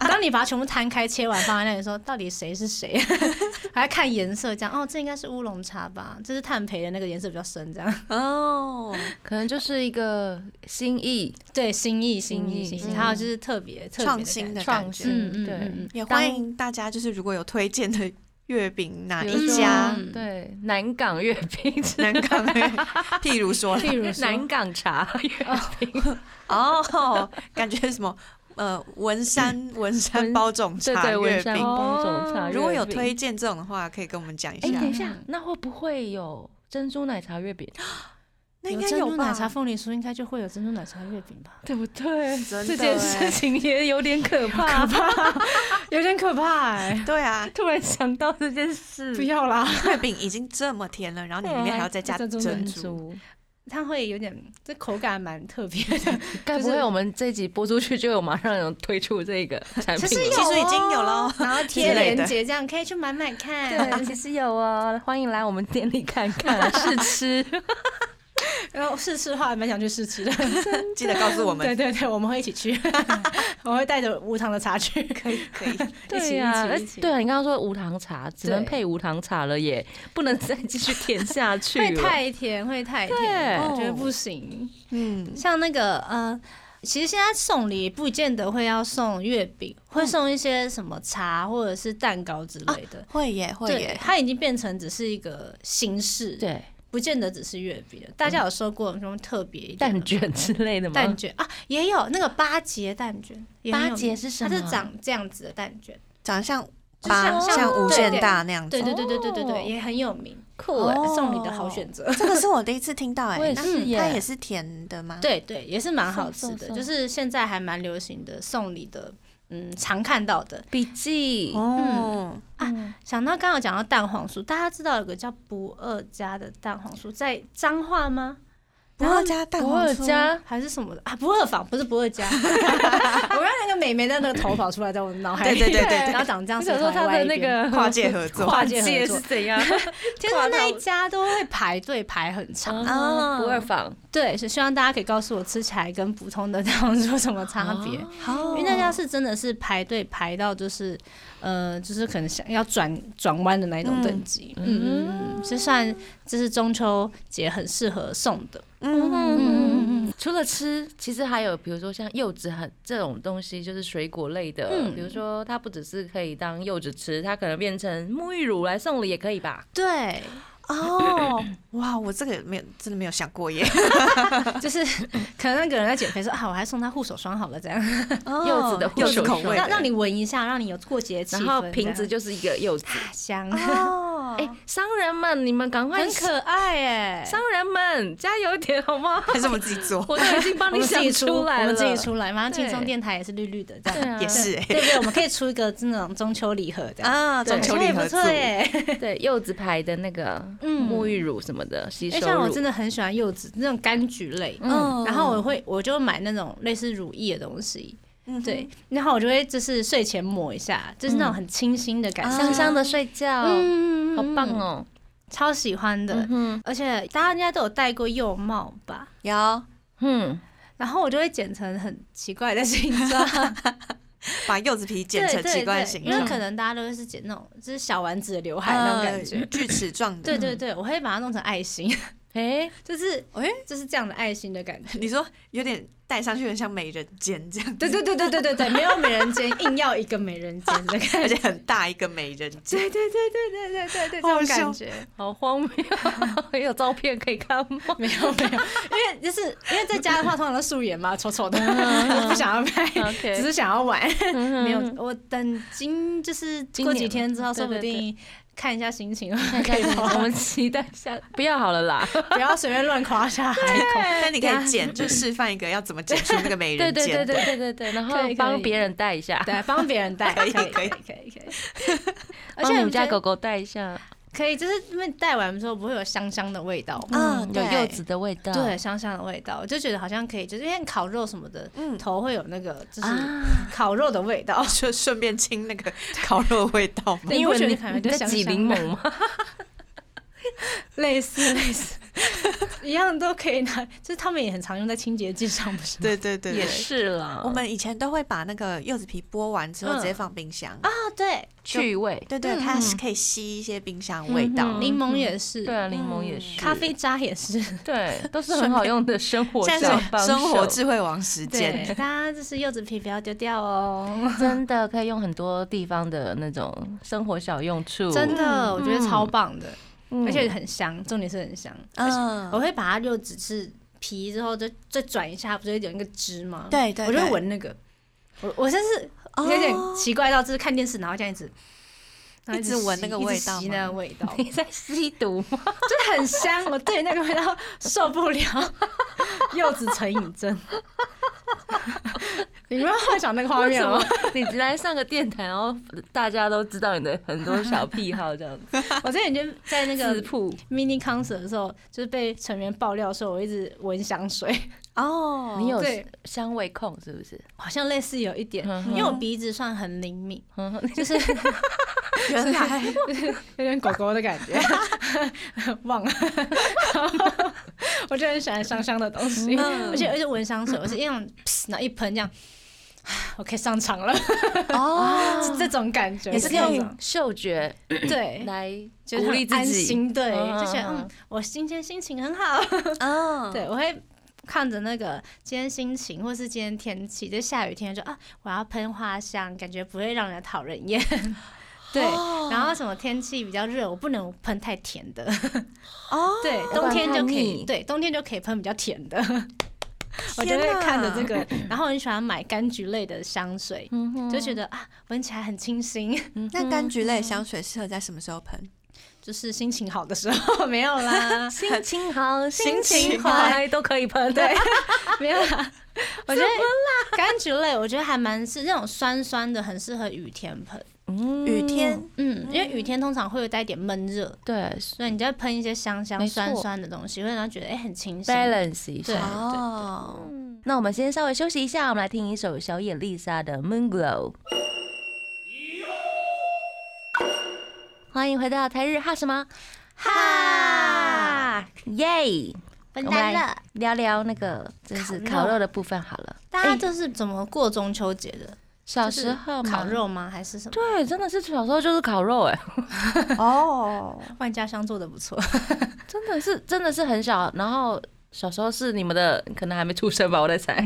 当你把它全部摊开切完放在那里说，到底谁是谁？ 还要看颜色，这样哦，这应该是乌龙茶吧，这是炭焙的那个颜色比较深，这样。
哦，
可能就是一个心意，
对，新意、新
意
意、新
嗯
意，还有就是特别、特别
创新的
的
感
创
觉。
感觉，嗯
新，
嗯
对。
嗯嗯，
也
当
欢迎大家，就是如果有推荐的月饼哪
比
一
如说
家，
嗯
对南港月饼之类
南
的，
港的，譬如说
譬如说
南港茶月饼，
哦，感觉什么呃文山文山
文
包种
对
茶
对，
月
文山
饼，
包种茶月饼。
如果有推，荐这种的话，可以跟我们讲一
哎，
下
等。一下，那会不会有珍珠奶茶月饼？
那应
有
该
珍珠
吧
奶茶凤梨酥，应该就会有珍珠奶茶月饼吧？
对不对？
真
这
的
件事
欸
情也有点可 怕，
有点可怕哎，
对啊，
突然想到这件事。
不要啦，
月饼已经这么甜了，然后你里面还要再加
对啊
珍
还
珍
珠，
珠，
它会有点，这口感蛮特别的，
该不
就
会
是
我们这集播出去就有马上有推出这个产品
其实
了？
其实已经有了哦，
然后
之
贴
类
链
的
接这样可以去买买看。
对，其实有哦，欢迎来我们店里看 看试吃。
然后试吃的话，还蛮想去试吃的。
记得告诉我
对
们。
对对，我们会一起去，我会带着无糖的茶去，可以
可以，
一起
对呀，
一
而
起一起。
对啊，你刚刚说无糖茶，只能配无糖茶了耶，不能再继续甜下去
会
了。
太甜，会太甜，
对
我觉得不行。
嗯，
像那个呃，其实现在送礼不见得会要送月饼，会送一些什么茶或者是蛋糕之类的。
会耶，会
对
耶，，
它已经变成只是一个形式，，
啊对
不见得只是月饼了。大家有收过什么特别一点的
蛋
吗
卷之类的吗？
蛋卷啊，也有那个八节蛋卷，也很有
八节
名
是什
它
么
是长这样子的蛋卷，
长得像八
像像
像无
对
限
对
大那样子
对。对对对对对对，也很有名，
哦酷哎、
哦
送礼的好选择。
这个是我第一次听到哎、
我也
那
是耶
它也是甜的吗？，
对对，也是蛮好吃
送
的，
送
就是现在还蛮流行的送礼的，嗯，常看到的。
笔记
哦，
想到刚刚有讲到蛋黄酥，大家知道有个叫不二家的蛋黄酥，在彰化吗？
然后加蛋
博
黄
尔
酥，
加
还是什么的啊？不二坊不是不 二家，我让那个美眉的那个头跑出来，在我脑海里。
对对 对对对
然后长这样，
我想说他的那个
跨界合作
跨
跨
界合
界
作
是怎 样？
天哪，那一家都会排队排很长。
哦
啊，不二坊
对，是希望大家可以告诉我吃起来跟普通的 蛋黄酥有什么差别。
哦
好
因为那家是真的是排队排到就是，呃，就是可能想要转转弯的那一种等级，嗯嗯嗯嗯，这算这是中秋节很适合送的，
嗯
嗯，除了吃，其实还有比如说像柚子很这种东西，就是水果类的，比如说它不只是可以当柚子吃，它可能变成沐浴乳来送礼也可以吧？
对，
哦，哇，我这个没有真的没有想过 耶，
就是 可能那个人在减肥说啊，我还送他护手霜好了，这样
柚子的
哦
护
柚子
手
口味
霜，
让让
的，
你闻一下，让你有过节气
然
氛，
后
这
瓶
样
子就是一个柚子。
啊香，
哦，
哎，商人们，你们赶快
很，可爱哎，
商人们加油一点好吗？
还是我们自己做，
我都已经帮
我
你
们自
想
己
出来了，
我们自己出来，马上
对
轻松电台也是绿绿的这样。
对啊
也是哎、
对对，我们可以出一个这种中秋礼盒这样，
啊，中秋
好像
礼
也
盒
不
组
错，耶。
对柚子牌的那个
嗯
沐浴乳什么的吸
哎，
收
像我
乳
真，的很喜欢柚子那种柑橘类，
嗯，
然后我会我就买那种类似乳液的东西，
嗯哼
对，然后我就会就是睡前抹一下，就是那种很清新啊的感觉，
香香的睡觉，
嗯，嗯
好棒，哦，
超喜欢的，
嗯
而且大家应该都有戴过柚帽吧？
有
嗯。
然后我就会剪成很奇怪的形状，
把柚子皮剪成
对对
奇怪的
对
形
因为
状，
可能大家都是剪那种就是小丸子的刘海那种感觉。
呃锯齿状的，
对对对，我会把它弄成爱 心，
哎、
就是
哎
就是这样的爱心的感觉。
你说有点戴上去很像美人尖这样，
对对对对对对对，没有美人 尖，硬要一个美人尖的感觉。
而且很大一个美人尖，
对对对对对对对对，这
好
种
笑
感觉。
好荒谬！ 有照片可以看吗？
没有没有，因为就是因为在家的话，通常都素颜嘛，丑丑的，我 不想要拍
OK
只是想要玩。没有，我等嗯今就是
今
过
年
几
嘛
天之后，说不
对对对
定看一下心情，
我们期待一下，不要好了啦。
不要随便乱夸下 海口。
但你可以剪，就示范一个要怎么剪出那个美
对
人
对对
尖
对
的。
对对对，然后
可以可以
帮别人带一下，
对，帮别人带，
可以
可以
可
可
以
以可以可以。 而
帮
且
你
我
们家
觉得
狗狗带一下，
可以，就是因为带完之后不会有香香的味道
嗯
嘛，
有
对
柚子的味道。
对，香香的味道，我就觉得好像可以，就是因为烤肉什么的，
嗯
头会有那个就是
啊，
烤肉的味道。
就顺便清那个 烤肉味道嘛，
对
你以
不
为
觉得
你
感觉
你
就
在
香
挤
香
柠
的
檬吗？
类似类似， 一样都可以拿，就是他们也很常用在清洁剂上，不是吗？
对对对，对
也。是啦，
我们以前都会把那个柚子皮剥完之后
嗯
直接放冰箱啊，
哦，对，
趣味。
对对，它是可以吸一些冰箱味
嗯
道。
柠檬也是，
对啊，柠檬也是，
咖啡渣也是，
对，都是很好用的生活
现
小
在
帮
是生活
手
智慧王时间，
对，大家就是柚子皮不要丢掉哦，
真的可以用很多地方的那种生活小用处，
真的，我觉得超棒的，
嗯，
而且很香，重点是很香，我
嗯，
会把它柚子是皮之后就再转一下，不是有那个汁吗？
对对
我就会
对哦
闻那个，我我真是有点奇怪到，就是看电视然后这样子。然后
一直闻那个
吸
味道
一直吸
吗
那个味道，
你在吸毒吗？
真的很香，我对那个味道受不了。柚子成瘾症， 你们要幻想那个画
为
面
什
了
么
吗？
你来上个电台，然后大家都知道你的很多小癖好这样子？
我之前就在那
自
个
曝
mini concert 的时候，就是被成员爆料说我一直闻香水，
哦，
你有
对
香味控是不是？
好像类似有一点，
嗯
因为我鼻子算很灵敏，
嗯
就是
原来
有点狗狗的感觉， 忘了。 我就很喜欢香香的东西，
嗯
而且而且闻香水，我是一种，然后一喷这样， 我可以上场了，
哦，
是这种感觉，
也是
这种
用嗅觉
对，
来
就是
鼓
很
励自
安
己。
心，对，
嗯
就觉得
嗯
嗯，我今天心情很好，
嗯，
对我会。看着那个今天心情，或是今天天气，就下雨天就啊，我要喷花香，感觉不会让人讨人厌。 对，
哦
然后什么天气比较热，我不能喷太甜的。
哦，
对，
不
冬
然
天
太
就可
腻，
以，对，冬天就可以喷比较甜的。我就会
天哪
看着这个，然后我很喜欢买柑橘类的香水，就觉得啊，闻起来很清新，
那柑橘类
嗯
香水适合在什么时候喷？
就是心情好的时候 没有啦
心情好，心
心
情
情
坏
坏
都可以喷。
对，没有啦。我觉得柑橘类，我觉得还蛮是那种酸酸的，很适合雨天喷。
嗯
雨天，
嗯，因为雨天通常会有带一点闷热，
对
所以你再喷一些香
没
香
错
酸酸的东西，会让人觉得哎、很清新。
balance 一
对
下。
哦，
那我们先稍微休息一下，我们来听一首小野丽莎的《Moon Glow》。欢迎回到台日哈什么
哈，
耶！我
分
们
担
来
了。
聊聊那个就是烤
烤肉
肉的部分好了。
大家就是怎么过中秋节的？
小时候
就
嘛
是烤，肉吗？还是什么？
对，真的是小时候就是烤肉哎、
哦，
啊
万家香做的不错，
真的是真的是很小，然后小时候是你们的可能还没出生吧，我在猜、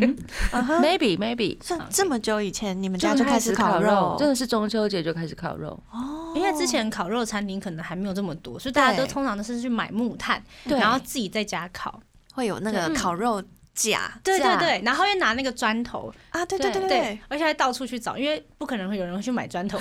嗯哼
m a y b e maybe。
这这么久以前，你们家就开始烤肉，哦
真的是中秋节就开始烤肉，
因
哦
为之前烤肉餐厅可能还没有这么多，所以大家都
对
通常都是去买木炭，
对
然后自己在家烤。
会有那个烤肉架
嗯对
架
对对，然后会拿那个砖头，
啊，对对对
对，
对，
而且还到处去找，因为不可能会有人会去买 砖头，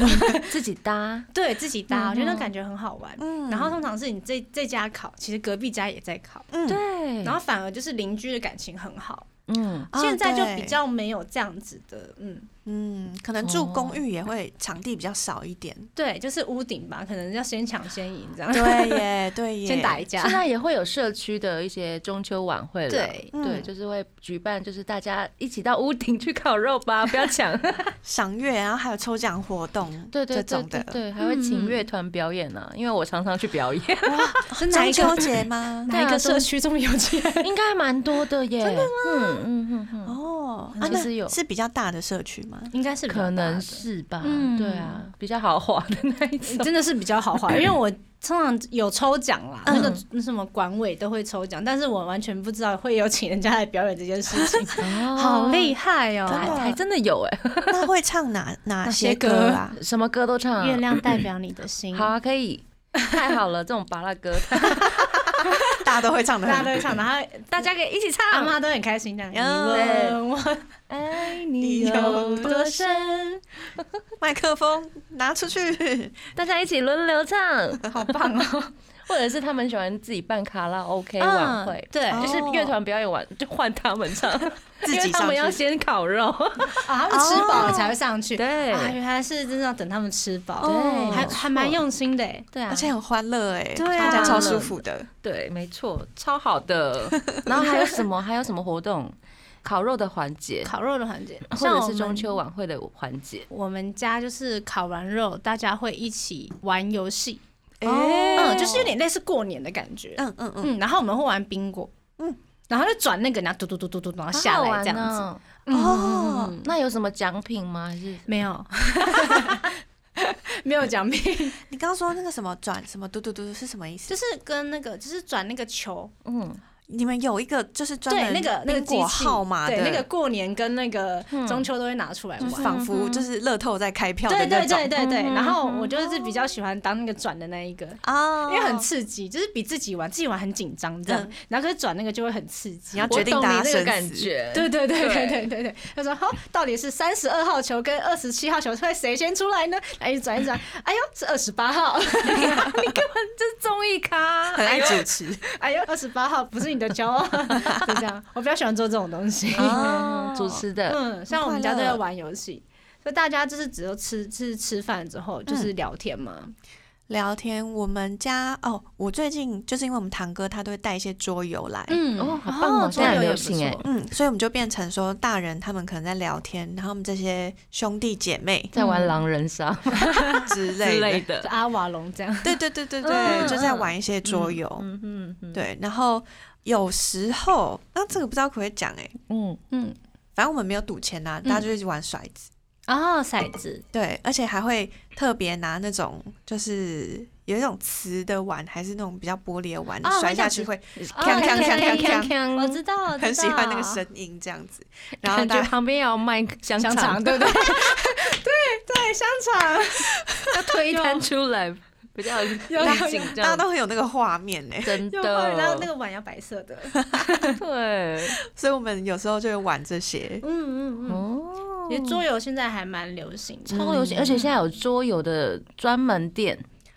自己搭，
对自己搭，我觉得那感觉很好玩。
嗯
然后通常是你这这家烤，其实隔壁家也在烤，
嗯，
对，
然后反而就是邻居的感情很好。
嗯，
啊
现在就
对
比较没有这样子的，嗯，
嗯，可能住公寓也会场地比较少一点。
对，就是屋顶吧，可能要先抢先赢这样，
对耶，对耶，啊
先打一架
现。在也会有社区的一些中秋晚会了，对，
对
嗯
就是会举办，就是大家一起到屋顶去烤肉吧，不要抢，
赏月，然后还有抽奖活动，
对
这
对对
种
对
的。嗯
对，还会请乐团表演呢，因为我常常去表演，
是哪
中
一个
秋节吗？
哪一个社区这么 有钱？
应该蛮多的耶， 真的吗？嗯嗯嗯嗯，
哦，
嗯
啊，
就
那
是有
是比较大的社区吗？
应该是比较
可
大
能
的
是吧，
嗯
对啊，比较豪华的那一 种，
真的是比较豪华，因为我通常有抽奖啦，
嗯
那个那什么管委都会抽奖，但是我完全不知道会有请人家来表演这件事 情， 好厉害
真
害，
的
哦！
还真的有哎，
那会唱哪哪
些
些歌啊？
什么歌都唱啊，
月亮代表你的心，
好啊，可以，太好了，这种巴拉 歌，
大家都会唱的，
大家都会唱，然后
大家可以一起
阿
唱。
妈都很开心这样。
对
你问我
爱
你有多深？麦克风拿出去，
大家一起轮流 唱，
好棒哦！
或者是他们喜欢自己办卡拉 OK 晚会
嗯，对啊，
就是乐团表演完就换他们 唱，
自
因为
己
他
上
们要
去。
先烤肉。
啊他们吃饱了才会上 去。
对哎
啊，原来是真的要等他们吃饱，
对
还
没
还蛮用心的哎。
对啊
而，且很欢乐哎，
对啊
大家超舒服的。
对，没错，超好的。 然后还有什 么？还有什么活动？烤肉的环节，
烤肉的环节，
或
像
者
我
是
们
中秋晚会的环节。
我们家就是烤完肉，大家会一起玩游戏，
哎
嗯，就是有点类似过年的感觉，
嗯嗯嗯，
嗯，然后我们会玩冰果，嗯
嗯，
然后就转那个，然后嘟嘟嘟嘟嘟，然后
好
下
好
来
玩
这样子，
哦
嗯
哦，
嗯嗯嗯
那有什么奖品吗？还是
没有， 没有奖品，
你刚刚说那个什么转什么嘟嘟嘟是什么意思？
就是跟那个就是转那个球，
嗯，
你们有一个就是专
对，
门
那个那个
宾
机
果
器
号码的
对，那个过年跟那个
嗯
中秋都会拿出来玩。
仿佛就是乐透在开票的
对
那
对
种
对对对，
嗯
然后我就是比较喜欢当那个转的那一个，
啊，
因为很刺激，就是比自己玩，自己玩很紧张这样，
嗯
然后可是转那个就会很刺激。
你要
我
决定
懂
答
你
案
那
生
个
死
感 觉，
对对对
对
对对对对，他说好，到底是三十二号球跟二十七号球会谁先出来呢？哎，一直转一直转，哎呦是二十八号，
这是综艺咖，
很爱 主持，
哎呦二十八号不是你的球哦， 就这样。我比较喜欢做这种东西，
哦，主持的，
嗯，像我们家都在玩游戏，所以大家就是只有吃吃吃饭之后就是聊天嘛，
聊天。我们家哦，我最近就是因为我们堂哥他都会带一些桌游来，
嗯
哦，好棒哦，
哦
现在很
桌游也
流
不
行哎
错，
嗯，所以我们就变成说，大人他们可能在聊天，然后我们这些兄弟姐 妹
在玩狼人杀
之
之类
类的，
就
的，
阿瓦 隆这样，
对对对对
嗯
对，就在玩一些桌游，
嗯嗯嗯
对，然后有时候，那、这个不知道可不可以讲哎、
嗯，
嗯，
反正我们没有赌钱呐、大家就一直玩骰子，
哦，骰子，
对，而且还会特别拿那种就是有一种瓷的碗，还是那种比较玻璃的碗，
啊
哦
甩下去会锵锵锵锵锵，
我知道，我知道
很喜欢那个声音这样 子，然后
感觉
大家
旁边要卖香
香肠，
肠，
对不对？对对，香肠。
推摊出来，比较
大
应景
大家
这样，
都很有那个画面欸呢，
真
用花语然后
的
那，个碗要白色的，
对，
所以我们有时候就会玩这些。
嗯嗯嗯。
哦，
其实桌游现在还蛮流行的，
超流行，而且现在有桌游的专门店，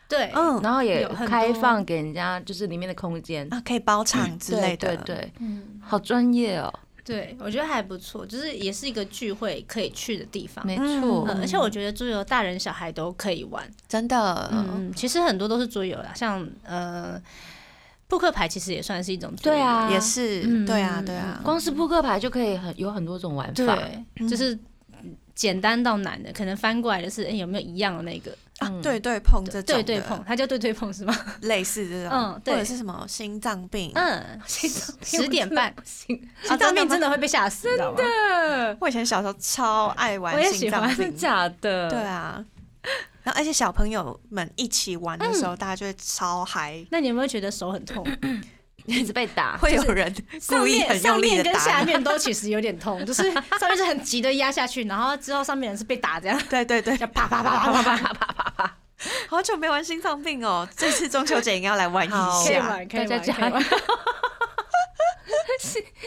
对，
嗯，
然后也
有很多
开放给人家，就是里面的空间
啊，可以包场之类的，
对对对，
嗯，
好专业哦，
对，我觉得还不错，就是也是一个聚会可以去的地方。
没错
呃，而且我觉得桌游大人小孩都可以玩，
真的，
嗯，嗯，其实很多都是桌游啦，像呃扑克牌其实也算是一种桌游，
对啊，
也是，
嗯
对啊，
嗯
对啊，
光是扑克牌就可以很有很多种玩法，
对，嗯就是简单到难的，可能翻过来的是，哎、有没有一样的那个
啊
嗯，
对对碰这种
对
的
对碰，它叫对对碰是吗？
类似这种，
嗯对
或者是什么心脏病，
嗯，十点半，心
啊
脏
真的
病
吗
真的会被吓死，真的，
我以前小时候超爱
我
玩
也
心
喜
脏
欢
病，
假的，
对啊。然后，而且小朋友们一起玩的
嗯
时候，大家就会超嗨，
那你有没有觉得手很痛？
一直被打，
会有人
啊上
故意
面
很
上
用力
面
的
跟
打
下
你。
面都其实有点痛，就是上面是很急的压下去，然后之后上面人是被打这样，
对对对，
就啪啪啪啪啪啪啪，
好久没玩心脏病哦，这次中秋节应该要来玩一
好
可以
下。
玩，可
大家
以玩，可
加
以
油
玩。！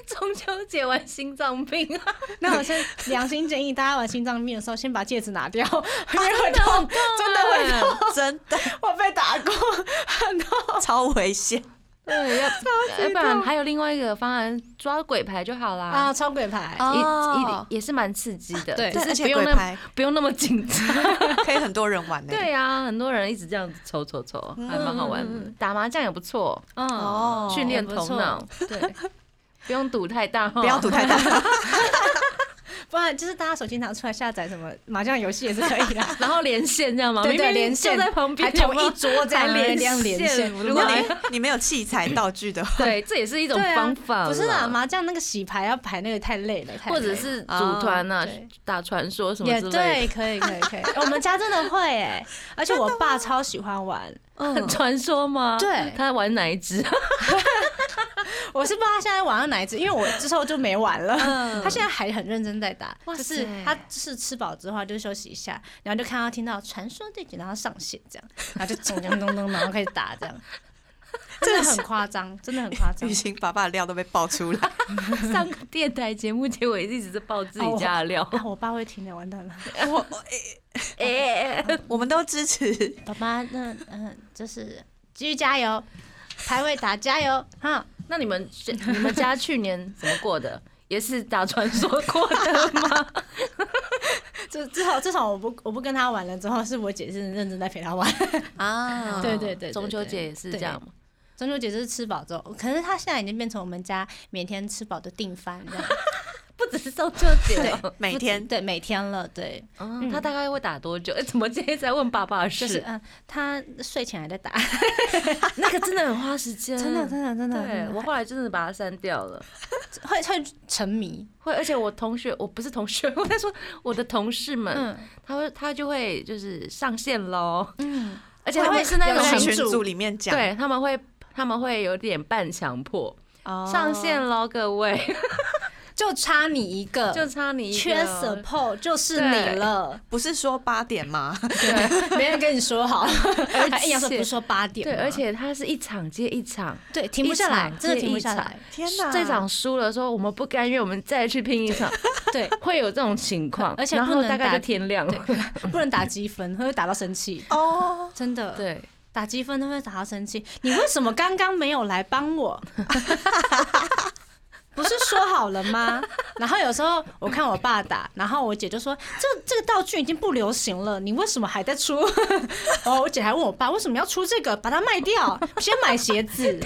中秋节玩心脏病啊，
那我先良心建议，大家玩心脏病的时候，先把戒指拿掉，因为会痛，真的会痛。
真的，
我被打过，
超危险。
对， 要要不然还有另外一个方案，抓鬼牌就好啦
啊，。超鬼牌，
也
哦
也也是蛮刺激的，
对
只
对，而
是
且
不用
鬼
那么
牌
不用那么紧张。
可以很多人玩呢。
对呀，很多人一直这样子抽抽抽，还蛮好玩的。打麻将也不错，
嗯，
哦，
训练头
哎
脑，对，不用赌太大，
不要赌太 大。
不然就是大家手机拿出来下载什么麻将游戏也是可以的。
然后连线这样吗？
对
明
对
明
连线
就在旁边，
还同
有没有
一桌这样
还连
这样连线
线，
如
如果
哇
你你没有器材道具的话，
对，这也是一种方法啦，
不是啊，麻将那个洗牌要排那个太累了，太累
或
了
者是组团啊
哦对，
打传说什么
也
之类
对，可以可以可以，我们家真的会 哎，而且我爸超喜欢玩，嗯
的。 传说吗？
对
他玩哪一只？
我是不知道他现在玩到哪一只，因为我之后就没玩了。他现在还很认真在打，
哇
就是
塞
他就是吃饱之后他就休息一下，然后就看到听到传说对决，然后上线这样，然后就咚咚咚咚，然后开始打这样，真的很夸张，真的很夸张
雨。欣把把料都被爆出来，
上个电台节目，结果一直是爆自己家的 料。
啊，我爸会听的，完蛋了。
哎，
我们都支持。
爸爸，那嗯、呃就是继续加油，排位打加油哈。
那你们你们家去年怎么过的？ 也是打传说过的吗？
就至少至少我不我不跟他玩了之后，是我姐是认真在陪他玩。
啊
对对对对
嗯中秋节也是这样吗？
中秋节就是吃饱之后，可是他现在已经变成我们家每天吃饱的定番这样。
不只是中秋节哦，
每天
对每天了，对，
嗯，他大概会打多久？ 哎，怎么今天在问爸爸的
就是
事？
嗯，他睡前还在打，
那个真的很花时间，
真的真的真的，
嗯对
真的
我后来真的把它删掉了，
会会沉迷，
会，而且我同学，我不是同学，我在说 我的同事们，
嗯
他会他就会就是上线喽，
嗯，
而且他们是那
有
种
在
人
很
群
群组
组里面讲，
对他们会他们会有点半强迫，
哦
上线喽，各位，
就差你一个，
就差你一个
呃缺 support 就是你了，
不是说八点吗？
对，没人跟你说好， 还硬要说
且
不是说八点
对，
吗，
而且他是一场接一场，
对停不下来
一，场
真的停
接
不
一
下
场
来，
天哪，
这场输了说我们不甘愿，我们再去拼一 场，
对，
会有这种情况，
而且
然
不
后
能
大概
打
就天亮了，
不能打积分，会打到生气，
哦，
真的，
对，
打积分都会打到生气。你为什么刚刚没有来帮 我？不是说好了吗？然后有时候我看我爸打，然后我姐就说：“这这个道具已经不流行了，你为什么还在 出？”哦，我姐还问我爸为什么要出这个，把它卖掉，先买鞋 子。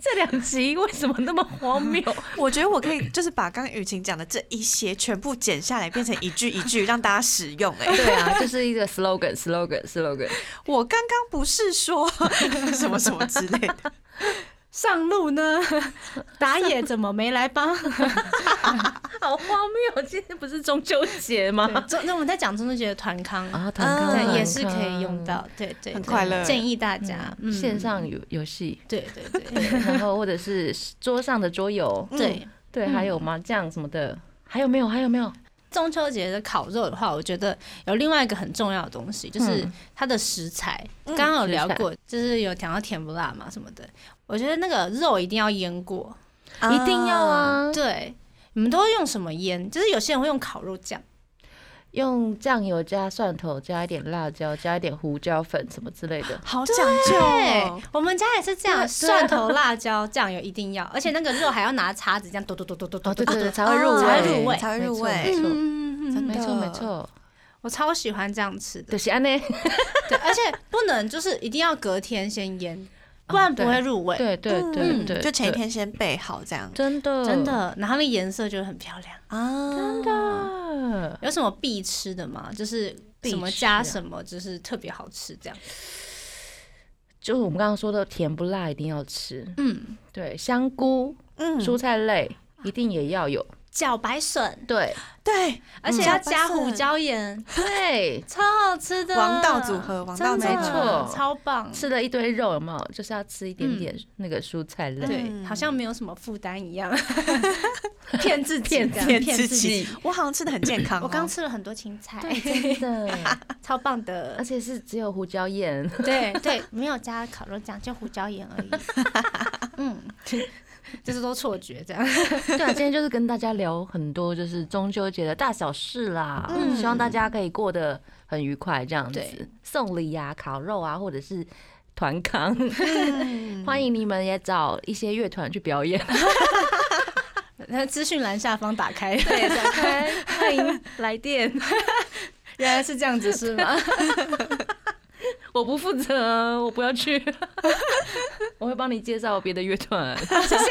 这两集为什么那么荒 谬？
我觉得我可以就是把刚刚雨晴讲的这一些全部剪下来，变成一句一句让大家使用。哎，
对啊，就是一个 slogan，slogan，slogan
我刚刚不是说什么什么之类的，
上路 呢，打野怎么没来帮？
好荒谬！今天不是中秋节吗？
对那我们在讲中秋节的团康，
啊，
团康
对，
团
也是可以用到，对对，
很
对
快乐
建议大家，嗯，
线，上游游戏，
对对对
然后或者是桌上的桌游，嗯
对。
对，还有麻将什么的，还有没有？还有没有？
中秋节的烤肉的话，我觉得有另外一个很重要的东西，就是
嗯
它的食材。刚刚有聊
食材
过，就是有讲到甜不辣嘛什么的。我觉得那个肉一定要腌过，
一定要啊，
对。你们都会用什么腌？就是有些人会用烤肉酱，
用酱油加蒜头，加一点辣椒，加一点胡椒粉什么之类的。
好讲究哦。
我们家也是这
对
样，
对
蒜头、辣椒、酱油一定要，而且那个肉还要拿叉子这样剁剁剁剁剁
哦，
剁
对
剁
对
剁
对，
剁。
才会入味，
才会入味
哦才会入味
没错，
嗯，
真
没
的
错，没错，
我超喜欢这样吃的
就，是安内，
对，而且不能就是一定要隔天先腌， 哦不然不会入味。
对对对
嗯
对，
就前一
对，
天先备好这样
真的
真的，然后那颜色就会很漂亮。
啊，真的
的，
有什么必吃的吗？就是
必
什么
吃啊
加什么，就是特别好吃这样。
就是我们刚刚说的甜不辣一定要吃，
嗯，
对，香菇、
嗯
蔬菜类一定也要有，
茭白笋，
对
对，嗯
而且要加胡 椒盐，
对，
超好吃的，
王道组合王道
真的
组合
超棒。
吃了一堆肉有没有？就是要吃一点点那个蔬菜类，
嗯对，好像没有什么负担一 样，骗自己
骗
这样，
骗
骗
自
自
己。我好像吃的很健康哦，
我刚吃了很多芹菜，
真 的，
超棒
而
的。
且是只有胡椒盐，
对对，没有加烤肉酱，就胡椒盐 而已。嗯，就是都错觉这样。
对啊，今天就是跟大家聊很多就是中秋节的大小事啦，
嗯
希望大家可以过得很愉快，这样子
对
送礼呀、烤肉啊，或者是团康， 欢迎你们也找一些乐团去表演，
那资讯栏下方打开，
对，打开欢 迎来电，
原来是这样子是吗？
我不负责，啊我不要去， 我会帮你介绍别的乐团， 谢谢。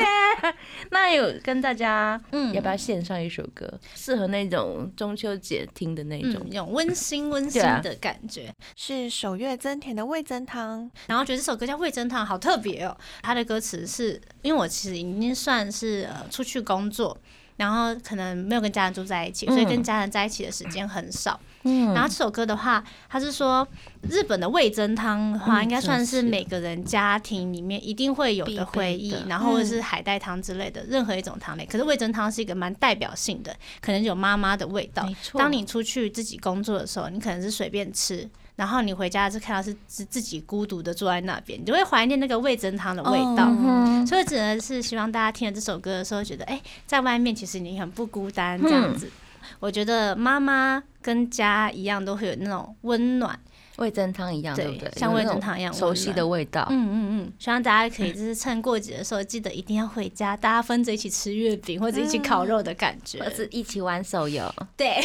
那有跟大家
嗯
要不要献上一首歌，适合那种中秋节听的那种
嗯，？有温馨温
对
馨
啊
的感觉。
是手月增甜的味增汤，
然后觉得这首歌叫《味噌汤》，好特别哦。它的歌词是因为我其实已经算是呃出去工作。然后可能没有跟家人住在一起，所以跟家人在一起的时间很少。
嗯
然后这首歌的话，它是说日本的味噌汤的话，
嗯
应该算
真
是
是
每个人家庭里面一定会有的回忆
必备的，嗯
然后或者是海带汤之类的，任何一种汤类。可是味噌汤是一个蛮代表性的，可能有妈妈的味道
没。错
当你出去自己工作的时候，你可能是随便吃，然后你回家就看到是自自己孤独的坐在那边，你就会怀念那个味噌汤的味
哦
道。
嗯
嗯
所以只能是希望大家听了这首歌的时候，觉得哎、在外面其实你很不孤单这样子。我觉得妈妈跟家一样，都会有那种温暖。
味噌汤一样，
对
对不对？
像
有那种
味噌汤一样
熟悉的味道。
嗯嗯嗯，希望大家可以就是趁过节的时候，记得一定要回家，大家分着一起吃月饼或者一起烤肉的感觉。
儿子一起玩手 游，
对，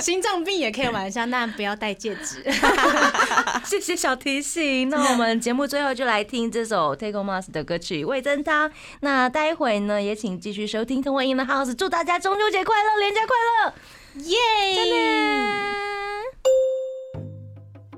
心脏病也可以玩一下，但不要戴戒指。啊
谢谢小提醒。 那我们节目最后就来听这首 Take On Us 的歌曲《味噌汤》。那待会呢，也请继续收听《同文 In the House》，祝大家中秋节快乐，连假快乐！
耶！